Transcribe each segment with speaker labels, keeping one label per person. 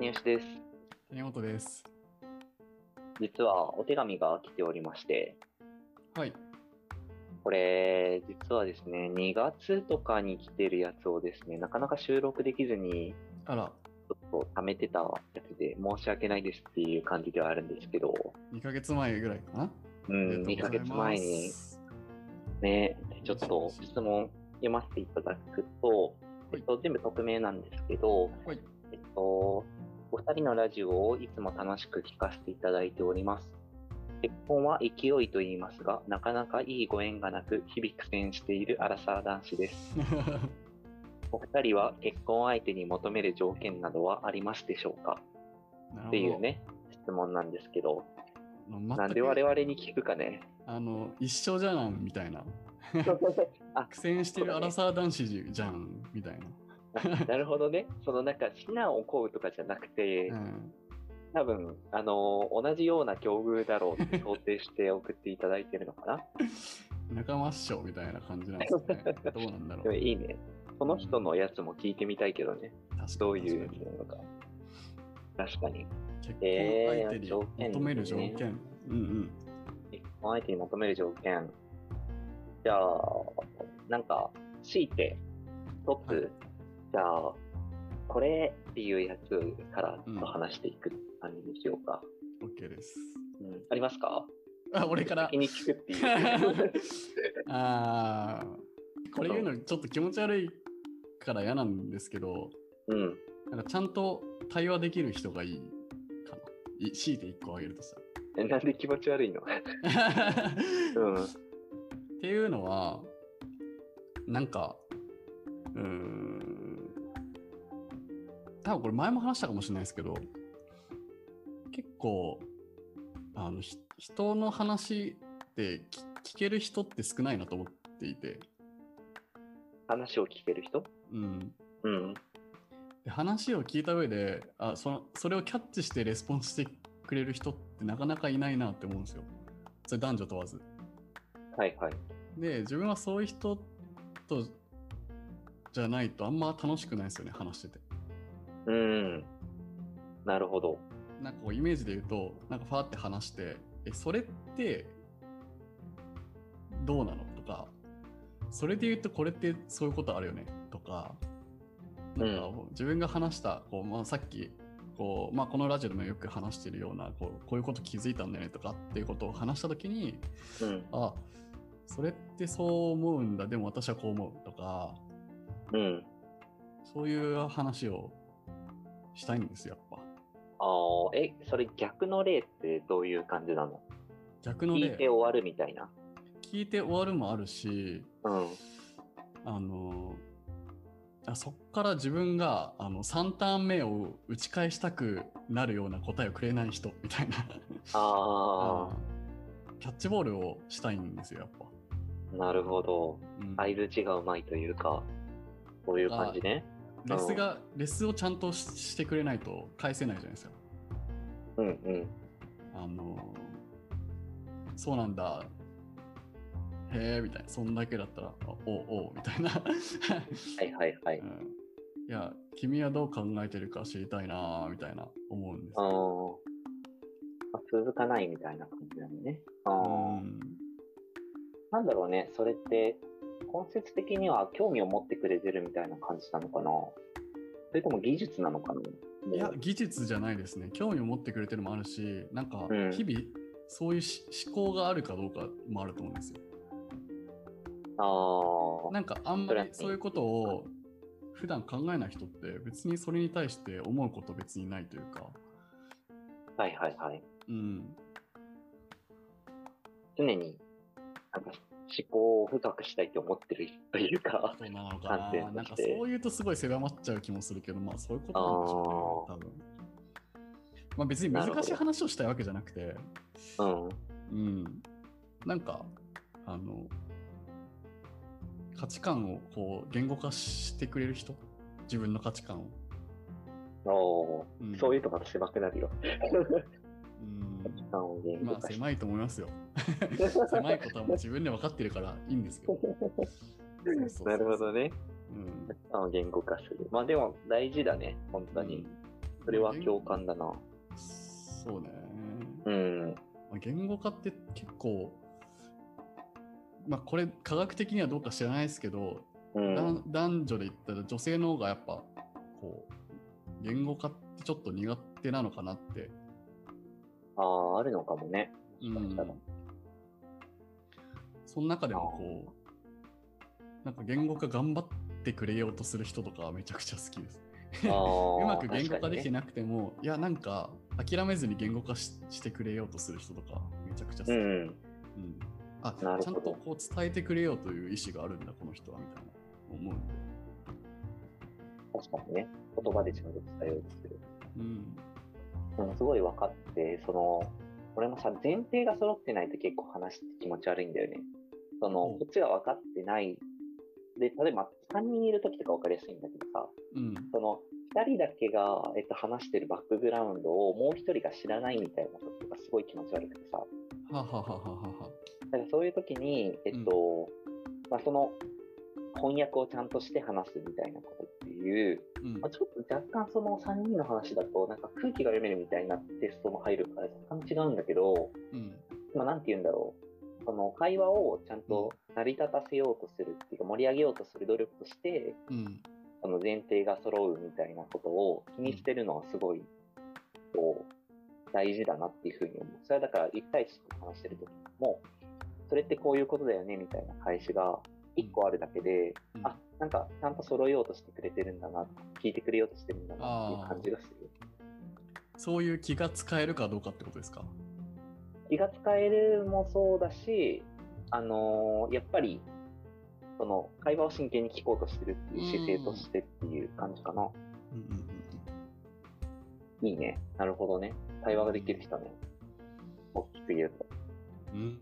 Speaker 1: 選手です。
Speaker 2: 宮本です。
Speaker 1: 実はお手紙が来ておりまして、
Speaker 2: はい。
Speaker 1: これ、実はですね、2月とかに来てるやつをですね、なかなか収録できずに、
Speaker 2: あら、
Speaker 1: ちょっと貯めてたやつで、申し訳ないですっていう感じではあるんですけど、
Speaker 2: 2ヶ月前ぐらいかな。
Speaker 1: うん、2ヶ月前にね、ちょっと質問読ませていただくと、え
Speaker 2: はい
Speaker 1: っと、全部匿名なんですけど、
Speaker 2: はい
Speaker 1: えっと、お二人のラジオをいつも楽しく聞かせていただいております。結婚は勢いと言いますが、なかなかいいご縁がなく、日々苦戦しているアラサー男子 です。お二人は結婚相手に求める条件などはありますでしょうか
Speaker 2: なるほど
Speaker 1: っていう。ね、質問なんですけど、
Speaker 2: あの
Speaker 1: なんで我々に聞くかね。
Speaker 2: 全くあの一緒じゃんみたいな。
Speaker 1: あ
Speaker 2: 苦戦してるアラサー男子じゃんみたいな。
Speaker 1: なるほどね。そのなんか、指南を請うとかじゃなくて、
Speaker 2: うん、
Speaker 1: 多分あの同じような境遇だろうって想定して送っていただいてるのかな
Speaker 2: 仲間っしょみたいな感じなんです かね。どうなんだろ
Speaker 1: でも
Speaker 2: う。
Speaker 1: いいねその人のやつも聞いてみたいけどね
Speaker 2: 確かに
Speaker 1: どういう
Speaker 2: 確かに
Speaker 1: のか確かに
Speaker 2: 結婚
Speaker 1: え
Speaker 2: 相
Speaker 1: ー
Speaker 2: 手に求める条
Speaker 1: 条
Speaker 2: 件。うんうん。
Speaker 1: 結婚相手に求める条件じゃあなんか強いて一つ、
Speaker 2: はい
Speaker 1: じゃあこれっていうやつからちょっと話していく感じにしようか、
Speaker 2: OK です。
Speaker 1: うんありますか
Speaker 2: あ、俺から
Speaker 1: 先。に聞くってい う
Speaker 2: あーこれ言うのちょっと気持ち悪いから嫌なんですけど、
Speaker 1: うん
Speaker 2: なんかちゃんと対話できる人がいいかな。い強いて1個あげるとしたら。
Speaker 1: えなんで気持ち悪いのうん
Speaker 2: っていうのは、なんか、うーん、多分これ前も話したかもしれないですけど、結構、あの、ひ人の話って聞聞ける人って少ないなと思っていて、
Speaker 1: 話を聞ける人
Speaker 2: うん、
Speaker 1: うん。
Speaker 2: で話を聞いた上であそのそれをキャッチしてレスポンスしてくれる人ってなかなかいないなって思うんですよそれ男女問わず
Speaker 1: はいはい。
Speaker 2: で自分はそういう人とじゃないとあんま楽しくないですよね話してて
Speaker 1: うん。なるほど。
Speaker 2: なんかこうイメージで言うとなんかファーって話してえそれってどうなのとかそれで言うとこれってそういうことあるよねとかなんか自分が話したこう、まあ、さっきこう、まあ、このラジオでもよく話してるようなこうこういうこと気づいたんだよねとかっていうことを話した時に
Speaker 1: うん。
Speaker 2: あそれってそう思うんだでも私はこう思うとか
Speaker 1: うん。
Speaker 2: そういう話をしたいんですよやっぱ
Speaker 1: ああ、え、それ逆の例ってどういう感じなの
Speaker 2: 逆の
Speaker 1: 聞い
Speaker 2: 例
Speaker 1: て終わるみたいな。
Speaker 2: 聞いて終わるもあるし
Speaker 1: うん。
Speaker 2: あのあそっから自分があの3ターン目を打ち返したくなるような答えをくれない人みたいな
Speaker 1: あ
Speaker 2: うんキャッチボールをしたいんですよやっぱ、
Speaker 1: あ、なるほど。
Speaker 2: うん
Speaker 1: 相づちがうまいというか、そういう感じね。
Speaker 2: レスがレスをちゃんとししてくれないと返せないじゃないですか
Speaker 1: うんうん。
Speaker 2: あのそうなんだへえみたいなそんだけだったらあおうおうみたい な、。
Speaker 1: はいはいはいう
Speaker 2: ん、いや君はどう考えてるか知りたいなみたいな思うんですけ
Speaker 1: ああ
Speaker 2: ど
Speaker 1: ー。まあ続かないみたいな感じなのね。ああ。
Speaker 2: うん
Speaker 1: なんだろうね、それって、根節的には興味を持ってくれてるみたいな感じなのかなそれとも技術なのかない
Speaker 2: いや、技術じゃないですね興味を持ってくれてるのもあるしなんか
Speaker 1: うん
Speaker 2: 日々そういうし思考があるかどうかもあると思うんですよ
Speaker 1: あー
Speaker 2: なんかあん
Speaker 1: そ
Speaker 2: まり
Speaker 1: れはね
Speaker 2: そういうことを普段考えない人って別にそれに対して思うこと別にないというか
Speaker 1: はいはいはい。
Speaker 2: うん
Speaker 1: 常に、なんか思考を深くしたいと思ってるという か、
Speaker 2: どうなのか
Speaker 1: 観
Speaker 2: な
Speaker 1: 点と
Speaker 2: なん
Speaker 1: し
Speaker 2: か
Speaker 1: て
Speaker 2: そういうとすごい狭まっちゃう気もするけどまあそういうことなんでしょうね多分まあ別に難しい話をしたいわけじゃなくて
Speaker 1: うん。
Speaker 2: うんなんかあの価値観をこう言語化してくれる人自分の価値観を、
Speaker 1: お
Speaker 2: うん
Speaker 1: ーそういうとまた狭くなる よ。
Speaker 2: うん
Speaker 1: 時間を言語
Speaker 2: まあ
Speaker 1: 化して。
Speaker 2: 狭いと思いますよ 狭いことはもう自分で分かってるからいいんですけどそうそうそう
Speaker 1: なるほどね。
Speaker 2: うん
Speaker 1: 時間を言語化する。まあでも大事だね、本当に。それは共感だな。
Speaker 2: そうね。
Speaker 1: うん。
Speaker 2: まあ言語化って結構、まあ、これ科学的にはどうか知らないですけど、
Speaker 1: うん。
Speaker 2: 男男女で言ったら女性の方がやっぱこう言語化ってちょっと苦手なのかなって、
Speaker 1: ああ、あるのかもね。
Speaker 2: う
Speaker 1: もしかしたら
Speaker 2: ん、その中でもこうなんか言語化頑張ってくれようとする人とかはめちゃくちゃ好きです う
Speaker 1: う
Speaker 2: まく言語化できて
Speaker 1: ない。
Speaker 2: なくても、いやなんか諦めずに言語化ししてくれようとする人とかめちゃくちゃ好
Speaker 1: う
Speaker 2: き、うん
Speaker 1: ん。
Speaker 2: あち
Speaker 1: な
Speaker 2: ゃ
Speaker 1: るほど
Speaker 2: んとこう伝えてくれようという意思があるんだこの人はみたいな思うんで、
Speaker 1: 確かにね。言葉でちゃんと伝えようとする。
Speaker 2: うん、
Speaker 1: でもすごい分かって、その、俺もさ、前提が揃ってないと結構話って気持ち悪いんだよね。その、
Speaker 2: うん
Speaker 1: こっちが分かってない。で、例えば3人いる時とか分かりやすいんだけどさ、
Speaker 2: うん
Speaker 1: その、2人だけが、えっと、話してるバックグラウンドをもう1人が知らないみたいなことがすごい気持ち悪くてさ、
Speaker 2: はあはあはあはあはあ
Speaker 1: だからそういう時に、えっと、まあ、その、翻訳をちゃんとして話すみたいなことっていう、
Speaker 2: うん
Speaker 1: まあ、ちょっと若干その3人の話だと、なんか空気が読めるみたいなテストも入るから若干違うんだけど、
Speaker 2: うん
Speaker 1: まあ、なんて言うんだろう。その会話をちゃんと成り立たせようとするっていうか盛り上げようとする努力として、
Speaker 2: うん
Speaker 1: その前提が揃うみたいなことを気にしてるのはすごい、こう、大事だなっていうふうに思う。それはだから1対1と話してる時も、それってこういうことだよねみたいな返しが1個あるだけで、
Speaker 2: うん
Speaker 1: あ、なんかちゃんと揃えようとしてくれてるんだな、聞いてくれようとしてるんだなっていう感じがする。
Speaker 2: そういう気が使えるかどうかってことですか
Speaker 1: 気が使えるもそうだし、あのーやっぱり、その、会話を真剣に聞こうとしてるっていう姿勢としてっていう感じかな。
Speaker 2: うんうんうん
Speaker 1: いいね。なるほどね。対話ができる人ね。大きく言うと。
Speaker 2: うん。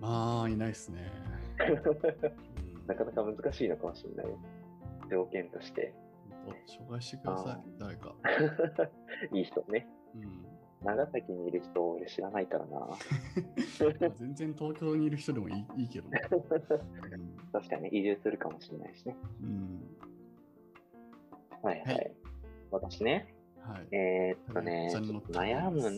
Speaker 2: まあ、いないですね。うん
Speaker 1: なかなか難しいのかもしれないよ。条件として。
Speaker 2: ほんと紹介してください、誰か。
Speaker 1: いい人ね。
Speaker 2: うん、
Speaker 1: 長崎にいる人、俺知らないからな。
Speaker 2: 全然東京にいる人でもいいいいけどね、
Speaker 1: 確かに移住するかもしれないしね。
Speaker 2: うん。うん
Speaker 1: はいはい。
Speaker 2: はい
Speaker 1: 私ね、
Speaker 2: はい。
Speaker 1: えーっとね、
Speaker 2: ち
Speaker 1: ち
Speaker 2: ゃんに
Speaker 1: ょ
Speaker 2: 乗
Speaker 1: っ
Speaker 2: っ
Speaker 1: と
Speaker 2: てもらい
Speaker 1: 悩
Speaker 2: ます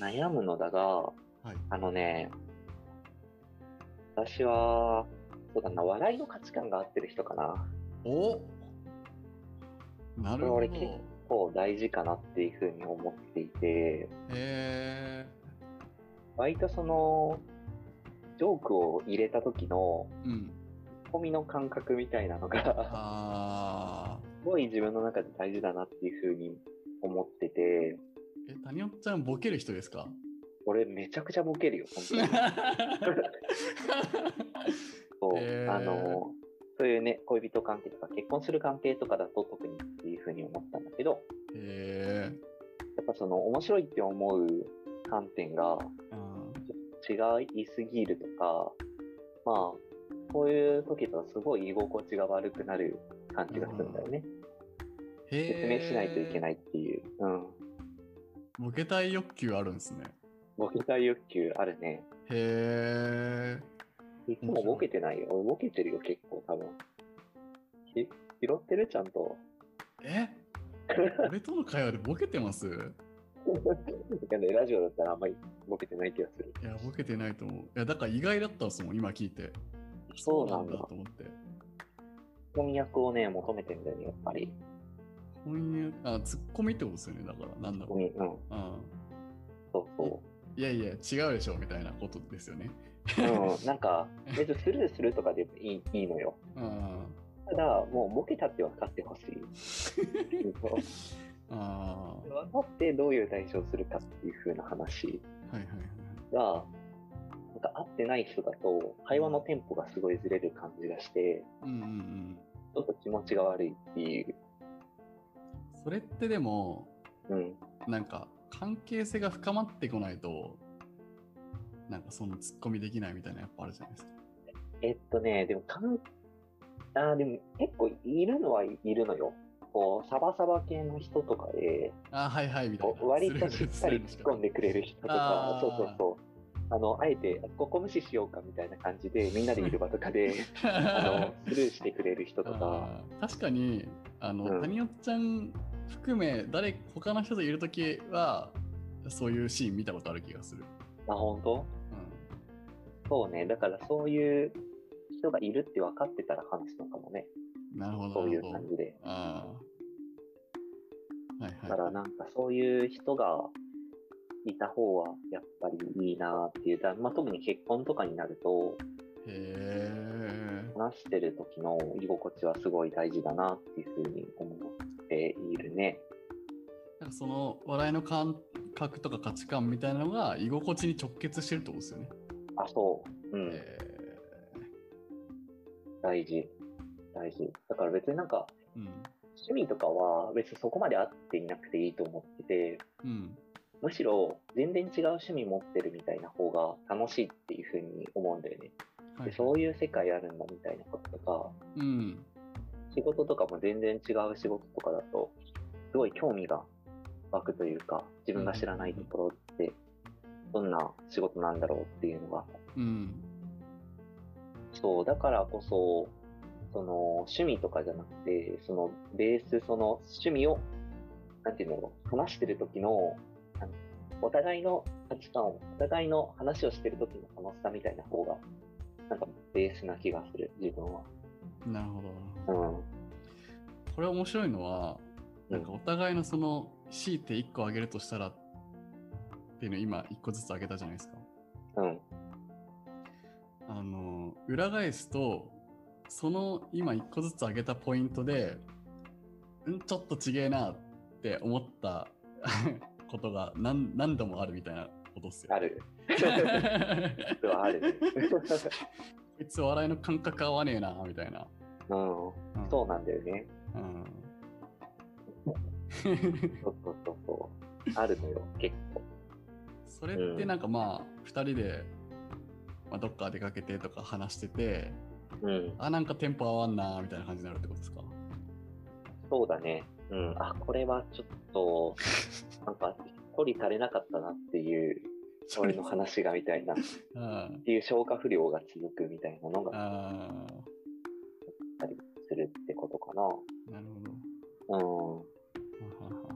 Speaker 1: む、悩むのだが、
Speaker 2: はい。
Speaker 1: あのね、私は、そうだな、笑いの価値観が合ってる人かな。
Speaker 2: おなるほ
Speaker 1: こ
Speaker 2: ど
Speaker 1: れ。俺こう大事かなっていうふうに思っていて、
Speaker 2: え
Speaker 1: 割とその、ジョークを入れた時の、
Speaker 2: ー、うん。
Speaker 1: 込みの感覚みたいなの が、
Speaker 2: あー。
Speaker 1: すごい自分の中で大事だなっていうふうに思ってて、
Speaker 2: え、谷尾ちゃん、ボケる人で すか
Speaker 1: 俺めちゃくちゃボケるよ、本当に。そう、
Speaker 2: へー
Speaker 1: あの、そういうね、恋人関係とか結婚する関係とかだと特にっていうふうに思ったんだけど、
Speaker 2: えー
Speaker 1: やっぱその面白いって思う観点が
Speaker 2: うん
Speaker 1: 違いすぎるとか、まあ、こういう時とはすごい居心地が悪くなる感じがするんだよね。
Speaker 2: へ
Speaker 1: 説明しないといけ
Speaker 2: い。
Speaker 1: ないっていう。うん。
Speaker 2: ボケたい欲求あるんですね。
Speaker 1: ボケたい欲求あるね。
Speaker 2: へえ。
Speaker 1: いつもボケてないよ。俺ボケてるよ、結構多分。ひ拾ってるちゃんと。
Speaker 2: え俺との会話でボケてますい
Speaker 1: いやねラジオだったらあんまりボケてない気がする。
Speaker 2: や、ボケてないと思う。いや、だから意外だったんですもん、今聞いて。
Speaker 1: そうなんだ
Speaker 2: と。思って。
Speaker 1: 翻訳をね、求めてんだよね、やっぱり。
Speaker 2: 翻訳、あ、ツッコミってことですよね、だから、なんだろ
Speaker 1: うん。うん
Speaker 2: う。うん。
Speaker 1: そうそう。
Speaker 2: いやいや、違うでしょ、みたいなことですよね。
Speaker 1: うん、なんか、別にスルーするとかでもいいいいのよ。
Speaker 2: うん。
Speaker 1: ただ、もうボケたって分かってほしい。そう
Speaker 2: あ
Speaker 1: 分かってどういう対処をするかっていう風な話
Speaker 2: あ、はいはいはい。
Speaker 1: が、なんか合ってない人だと、会話のテンポがすごいずれる感じがして、
Speaker 2: うんうんうん。
Speaker 1: ちょっと気持ちが悪いっていう。
Speaker 2: それってでも、
Speaker 1: うん。
Speaker 2: なんか、関係性が深まってこないと、なんかそのツッコミできないみたいなやっぱあるじゃないですか。
Speaker 1: えっとね、でも、かん、あーでも結構いるのはいるのよ。こう、サバサバ系の人とかで、
Speaker 2: あーはいはいみたい
Speaker 1: こ
Speaker 2: な。
Speaker 1: う割としっかり突っ込んでくれる人とか
Speaker 2: あ、ー
Speaker 1: そうそうそう。あの、あえて、ここ無視しようかみたいな感じで、みんなでいる場とか で、あの、スルーしてくれる人とか、
Speaker 2: あー確かにあの、
Speaker 1: うん
Speaker 2: 谷尾ちゃん含め誰他の人といる時はそういうシーン見たことある気がする、
Speaker 1: あ、本当そうね。だからそういう人がいるって分かってたら話すのかもね。
Speaker 2: うん、なるほど
Speaker 1: そう
Speaker 2: ないる
Speaker 1: う
Speaker 2: ほど
Speaker 1: 感じで。
Speaker 2: ああはい
Speaker 1: だ
Speaker 2: は
Speaker 1: か
Speaker 2: い
Speaker 1: らなんかそういう人がいた方はやっぱりいいなっていう。だまあ、特に結婚とかになると、
Speaker 2: へえ
Speaker 1: 話してる時の居心地はすごい大事だなっていうふうに思っているね。
Speaker 2: なんかその笑いの感覚とか価値観みたいなのが居心地に直結してるってことですよね、
Speaker 1: あ、そう。うん。
Speaker 2: へえ
Speaker 1: 大事。大事。だから別になんか、
Speaker 2: うん
Speaker 1: 趣味とかは別にそこまで合っていなくていいと思ってて、
Speaker 2: うん
Speaker 1: むしろ全然違う趣味持ってるみたいな方が楽しいっていうふうに思うんだよね。
Speaker 2: は
Speaker 1: で
Speaker 2: い
Speaker 1: そういう世界あるんだみたいなこととか、
Speaker 2: うん
Speaker 1: 仕事とかも全然違う仕事とかだと、すごい興味が湧くというか、自分が知らないところって、どんな仕事なんだろうっていうのが、
Speaker 2: うん
Speaker 1: そう、だからこそ、その趣味とかじゃなくて、そのベース、その趣味を、なんていうの、話してる時の、あのお互いの価値観を、お互いの話をしてる時の楽しさみたいな方が、なんかベースな気がする、自分は。
Speaker 2: なるほどなるほ
Speaker 1: う
Speaker 2: ど
Speaker 1: ん。
Speaker 2: これ面白いのはなんかお互いのその強いて1個上げるとしたらっていうのを今1個ずつ上げたじゃないですか
Speaker 1: うん。
Speaker 2: あの裏返すとその今1個ずつ上げたポイントでんちょっとちげえなって思った ことが何何度もあるみたいなことっすよ
Speaker 1: ある。それはあるね。
Speaker 2: こ いつ笑いの感覚合わねえなみたいな、
Speaker 1: うん。
Speaker 2: うん
Speaker 1: そうなんだよね。
Speaker 2: うん
Speaker 1: そうそうそうそう。あるのよ、結構。
Speaker 2: それってなんかまあ2人で、まあ、どっか出かけてとか話してて
Speaker 1: うん。
Speaker 2: あなんかテンポ合わんなみたいな感じになるってことですか
Speaker 1: そうだね。うん。あ、これはちょ っと、なんか、処理されなかったなっていう、俺の話がみたいな、っ
Speaker 2: うん
Speaker 1: ていう消化不良が続くみたいなのがあっ
Speaker 2: あ
Speaker 1: たりするってことかな。
Speaker 2: ーなるほど
Speaker 1: うん。
Speaker 2: はははは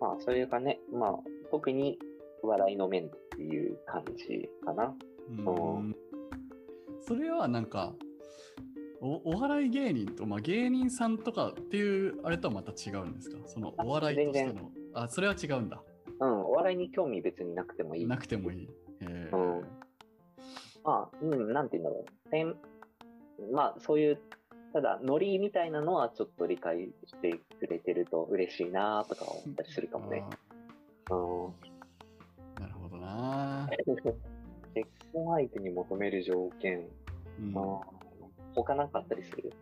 Speaker 1: まあ、それがね、まあ、特に笑いの面っていう感じかな。
Speaker 2: うんそれはなんかおお笑い芸人と、まあ、芸人さんとかっていうあれとはまた違うんですかそのお笑いとして
Speaker 1: 全
Speaker 2: のあそれは違うんだ
Speaker 1: うん。お笑いに興味別になくてもいい。
Speaker 2: なくてもいいへー
Speaker 1: うんまあ、うん、なんて言うんだろう。せんまあ、そういう、ただ、ノリみたいなのはちょっと理解してくれてると嬉しいなとか思ったりするかもね。うん
Speaker 2: あーなるほどな、
Speaker 1: 結婚相手に求める条件、
Speaker 2: うん、
Speaker 1: まあ
Speaker 2: か、
Speaker 1: 他なんかあったりする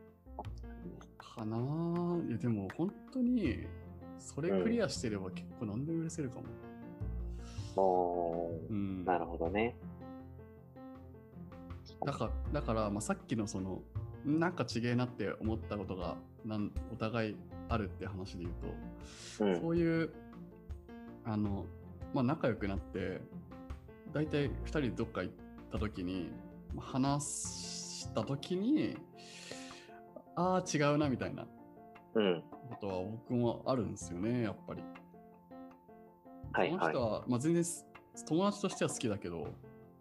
Speaker 2: ないやでも本当にそれクリアしてれば結構何でも許せるかも、
Speaker 1: う
Speaker 2: うん、
Speaker 1: ん、なるほどね。
Speaker 2: だからだから、まあ、さっきのそのなんかちげえなって思ったことがなんお互いあるって話で言うと、
Speaker 1: うん
Speaker 2: そういうあの、まあ、仲良くなって大体2人でどっか行った時にまあ話した時にああ違うなみたいな
Speaker 1: うん。
Speaker 2: ことは僕もあるんですよねやっぱり。
Speaker 1: はい
Speaker 2: この
Speaker 1: はい
Speaker 2: 人。は、まあ、全然す友達としては好きだけど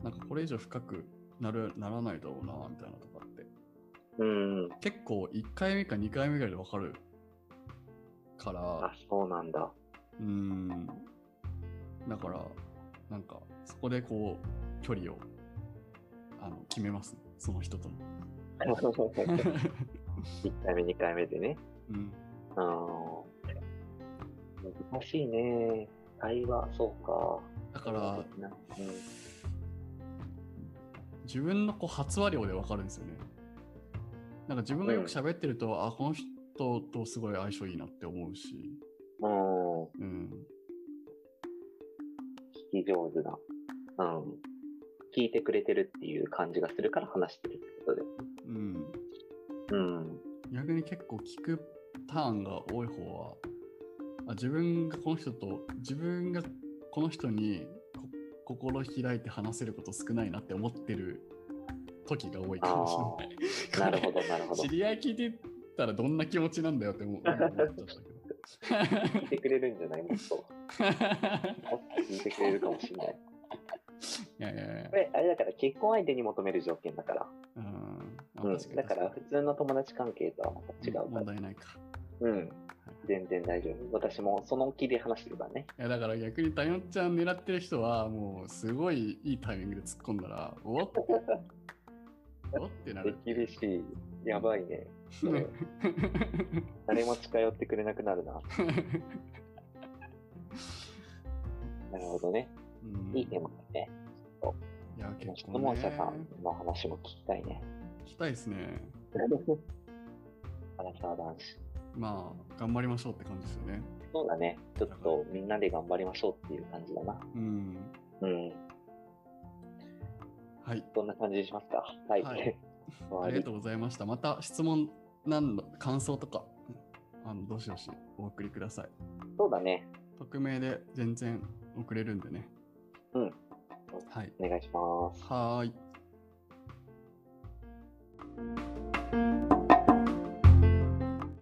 Speaker 2: なんかこれ以上深くなるならないだろうなみたいなとかって
Speaker 1: うん。
Speaker 2: 結構1回目か2回目ぐらいで分かるか
Speaker 1: あ
Speaker 2: ら、
Speaker 1: そうなんだ。
Speaker 2: うーん、だから、なんか、そこでこう、距離を、あの、決めます、ね、その人との。
Speaker 1: 1回目、2回目でね。
Speaker 2: うん、
Speaker 1: あの難しいね。会話、そうか。
Speaker 2: だから、
Speaker 1: うん、
Speaker 2: 自分のこう発話量で分かるんですよね。なんか自分がよく喋ってると、あ、この人とすごい相性いいなって思うし、
Speaker 1: うん、
Speaker 2: うん、
Speaker 1: 聞き上手な。うん。聞いてくれてるっていう感じがするから話してるってことで。
Speaker 2: うん。
Speaker 1: うん。
Speaker 2: 逆に結構聞くターンが多い方はあ自分がこの人と自分がこの人にこ心開いて話せること少ないなって思ってる時が多いかもしれな
Speaker 1: な
Speaker 2: い。
Speaker 1: るほど、なるほど
Speaker 2: 知。り合い聞いてたらどんな気持ちなんだよって思う思っちゃったけど。
Speaker 1: 聞いてくれるんじゃないもっと。もっと聞いてくれるかもしれない。
Speaker 2: いやいやい や
Speaker 1: こ。れ、あれだから結婚相手に求める条件だから。
Speaker 2: うん。あ
Speaker 1: うん、
Speaker 2: 確に
Speaker 1: だから普通の友達関係とはまた違う
Speaker 2: うん
Speaker 1: か
Speaker 2: 問
Speaker 1: ら。
Speaker 2: 題ないか。
Speaker 1: うん。全然大丈夫。私もその気で話してるからね。
Speaker 2: いやだから逆にタヨンちゃん狙ってる人はもうすごいいいタイミングで突っ込んだらおっおってなる。
Speaker 1: 厳しい。やばいね。 それ誰も近寄ってくれなくなる な。なるほどね。
Speaker 2: うん
Speaker 1: いいテーマだね。
Speaker 2: いや結
Speaker 1: 質
Speaker 2: 構、
Speaker 1: 問
Speaker 2: ね、
Speaker 1: 者さんの話も聞きたい ね。
Speaker 2: 聞きたいですね。
Speaker 1: アラサー男子。
Speaker 2: まあ頑張りましょうって感じですよね。
Speaker 1: そうだね。ちょっとみんなで頑張りましょうっていう感じだな。
Speaker 2: うん。
Speaker 1: うん。
Speaker 2: はい。
Speaker 1: そんな感じにしますか。はい。
Speaker 2: は
Speaker 1: はい い、
Speaker 2: ありがとうございました。また質問、何の感想とか、あのどしどしお送りください。
Speaker 1: そうだね。
Speaker 2: 匿名で全然送れるんでね。
Speaker 1: うん。
Speaker 2: はい。
Speaker 1: お願いします。
Speaker 2: はーい。